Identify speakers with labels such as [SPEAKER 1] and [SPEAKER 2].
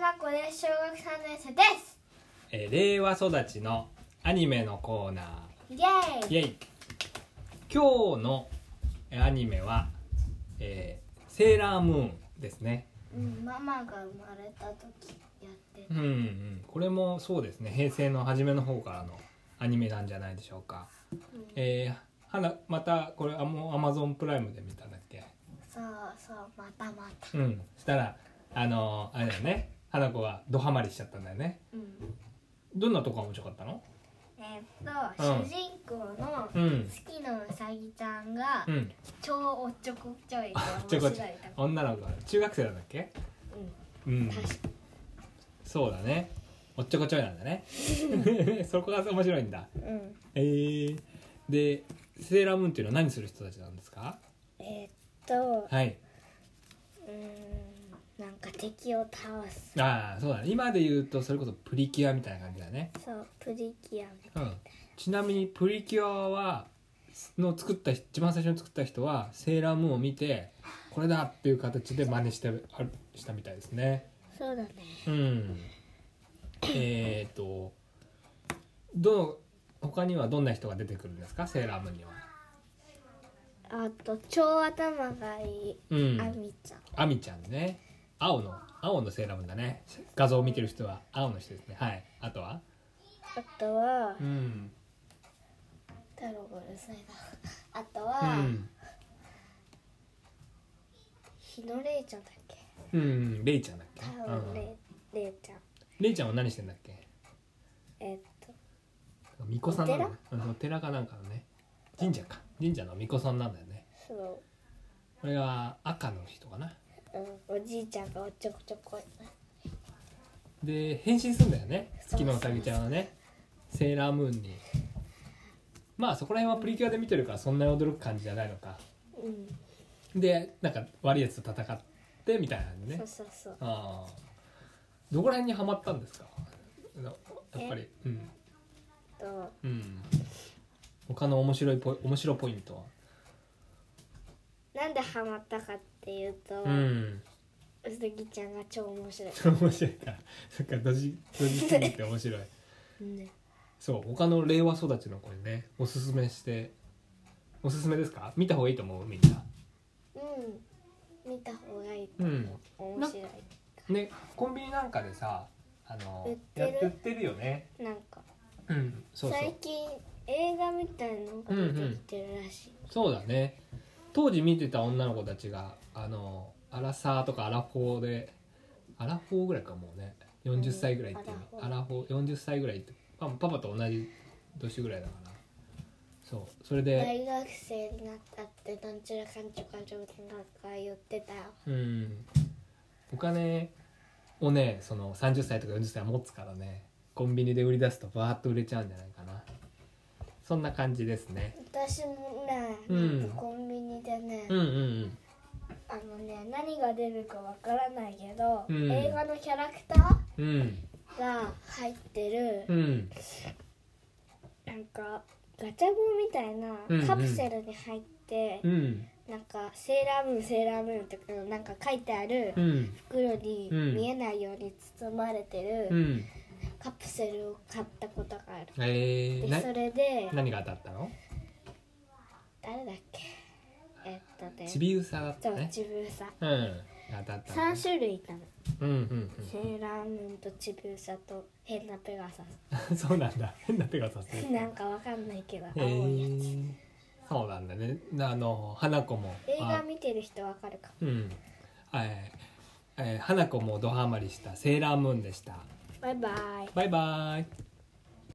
[SPEAKER 1] 学校です小学3年生です
[SPEAKER 2] えー令和育ちのアニメのコーナ
[SPEAKER 1] イエ
[SPEAKER 2] ー
[SPEAKER 1] ーイ
[SPEAKER 2] イエイ今日のえーアニメは、えーセーラームーンですね
[SPEAKER 1] うん、ママが生まれた時やって
[SPEAKER 2] うんうんこれもそうですね平成の初めの方からのアニメなんじゃないでしょうかえーはなまたこれあもうアマゾンプライムで見たんだっけ
[SPEAKER 1] そうそうまたまた
[SPEAKER 2] うんしたらあのーあれだよね花子はドハマりしちゃったんだよね
[SPEAKER 1] うん
[SPEAKER 2] どんなとこが面白かったの
[SPEAKER 1] えーっと、
[SPEAKER 2] うん
[SPEAKER 1] 主人公の
[SPEAKER 2] うん
[SPEAKER 1] 好きなうさぎちゃんが
[SPEAKER 2] うん
[SPEAKER 1] 超おっちょこちょいで
[SPEAKER 2] あ
[SPEAKER 1] 面
[SPEAKER 2] ち
[SPEAKER 1] 白
[SPEAKER 2] ょこ
[SPEAKER 1] い
[SPEAKER 2] ち
[SPEAKER 1] と
[SPEAKER 2] ょ
[SPEAKER 1] こ
[SPEAKER 2] 女の子は中学生なんだっけうん
[SPEAKER 1] 確か
[SPEAKER 2] そうだねおっちょこちょいなんだねそこが面白いんだ
[SPEAKER 1] うん、うん、
[SPEAKER 2] えー、でセーラームーンっていうのは何する人たちなんですか
[SPEAKER 1] えーっと
[SPEAKER 2] はい
[SPEAKER 1] うんなんか敵を倒す
[SPEAKER 2] ああそうだね今で言うとそれこそプリキュアみたいな感じだね
[SPEAKER 1] そうプリキュアみたい
[SPEAKER 2] うんちなみにプリキュアはの作った一番最初に作った人はセーラームーンを見てこれだっていう形で真似してあしたみたいですね
[SPEAKER 1] そうだね
[SPEAKER 2] うん。えっ、と、どう他にはどんな人が出てくるんですか、セーラームーンには。
[SPEAKER 1] あと超頭がいい
[SPEAKER 2] うん。
[SPEAKER 1] みちゃん
[SPEAKER 2] アミちゃんね。青の青のセーラームーンだね。画像を見てる人は青の人ですね。はい。あとは？
[SPEAKER 1] あとは
[SPEAKER 2] うん。
[SPEAKER 1] 太郎がうるさいな あと
[SPEAKER 2] う
[SPEAKER 1] は、
[SPEAKER 2] ん。
[SPEAKER 1] 日野レイちゃんだっけ
[SPEAKER 2] うん。レイちゃんだっけ？
[SPEAKER 1] 太
[SPEAKER 2] う
[SPEAKER 1] 郎
[SPEAKER 2] ん
[SPEAKER 1] レイレイちゃん
[SPEAKER 2] レイちゃんは何してんだっけ？
[SPEAKER 1] えっと
[SPEAKER 2] 巫女さんなの
[SPEAKER 1] お。
[SPEAKER 2] うんお寺かなんかのね。神社か。神社の巫女さんなんだよね。
[SPEAKER 1] そ
[SPEAKER 2] これは赤の人かな。
[SPEAKER 1] の、うん、おじいちゃんがおっちょこちょこい
[SPEAKER 2] で変身するんだよね
[SPEAKER 1] そう
[SPEAKER 2] 好きなうさぎちゃんはねセーラームーンにまあそこら辺はプリキュアで見てるからそんなに驚く感じじゃないのか
[SPEAKER 1] うん、
[SPEAKER 2] でなんか悪いやつと戦ってみたいなんでね
[SPEAKER 1] そうそうそう
[SPEAKER 2] ああどこら辺にはまったんですかやっぱりうん
[SPEAKER 1] と
[SPEAKER 2] うん他の面白いポイ面白ポイントは
[SPEAKER 1] なんでハマったかっていうと、
[SPEAKER 2] う
[SPEAKER 1] うんさぎちゃんが超面白い、
[SPEAKER 2] 面白いかそっかドジドジすぎて面白い
[SPEAKER 1] ね、
[SPEAKER 2] そう他の令和育ちの子にねおすすめしておすすめですか見た方がいいと思うみんな
[SPEAKER 1] うん見た方がいいと思う、
[SPEAKER 2] うん
[SPEAKER 1] 面白い
[SPEAKER 2] ねコンビニなんかでさあの
[SPEAKER 1] 売ってる
[SPEAKER 2] や売ってるよね
[SPEAKER 1] なんか
[SPEAKER 2] うんそうそ
[SPEAKER 1] 最
[SPEAKER 2] う
[SPEAKER 1] 近映画みたいなのが出てきてるらしい、
[SPEAKER 2] そうだね当時見てた女の子たちがあのアラサーとかアラフォーでアラフォーぐらいかもうね40歳ぐらいっていう
[SPEAKER 1] うん
[SPEAKER 2] アラフォー40歳ぐらいってパパパと同じ年ぐらいだからそうそれで
[SPEAKER 1] 大学生になったってなんちゃらかんちゃかんちゃなんか言ってたよ
[SPEAKER 2] うんお金をねその30歳とか40歳は持つからねコンビニで売り出すとバーッと売れちゃうんじゃないかなそんな感じですね
[SPEAKER 1] 私もね、
[SPEAKER 2] うん
[SPEAKER 1] なんかコンビニでね、
[SPEAKER 2] うんうん
[SPEAKER 1] あのね何が出るかわからないけど、
[SPEAKER 2] うん
[SPEAKER 1] 映画のキャラクタ
[SPEAKER 2] うんうん
[SPEAKER 1] ーが入ってる、
[SPEAKER 2] うん
[SPEAKER 1] なんかガチャゴンみたい
[SPEAKER 2] うんうん
[SPEAKER 1] なカプセルに入って、
[SPEAKER 2] うん
[SPEAKER 1] なんか「セーラームーンセーラームーン」とかなんか書いてある
[SPEAKER 2] うん
[SPEAKER 1] 袋に
[SPEAKER 2] うん
[SPEAKER 1] 見えないように包まれて
[SPEAKER 2] う
[SPEAKER 1] る
[SPEAKER 2] ん
[SPEAKER 1] カプセルを買ったことがある。
[SPEAKER 2] えー、
[SPEAKER 1] で
[SPEAKER 2] な
[SPEAKER 1] それで
[SPEAKER 2] 何が当たったの
[SPEAKER 1] 誰だっけえっとね
[SPEAKER 2] ちびうさだった
[SPEAKER 1] そう
[SPEAKER 2] ね
[SPEAKER 1] ちぶうさ
[SPEAKER 2] うん当たったの
[SPEAKER 1] 3
[SPEAKER 2] ね
[SPEAKER 1] 種類いたの
[SPEAKER 2] うんうん
[SPEAKER 1] セーラームーンとちぶうさと変なペガサ
[SPEAKER 2] うんそうなんだ変な手がさす
[SPEAKER 1] スなんかわかんないけど
[SPEAKER 2] え
[SPEAKER 1] 青いやつ、
[SPEAKER 2] ー、そうなんだねあの花子も
[SPEAKER 1] 映
[SPEAKER 2] あ
[SPEAKER 1] 画見てる人わかるかも
[SPEAKER 2] うん、えーえー花子もドハマりしたセーラームーンでした。
[SPEAKER 1] バイバイ
[SPEAKER 2] バイバイ。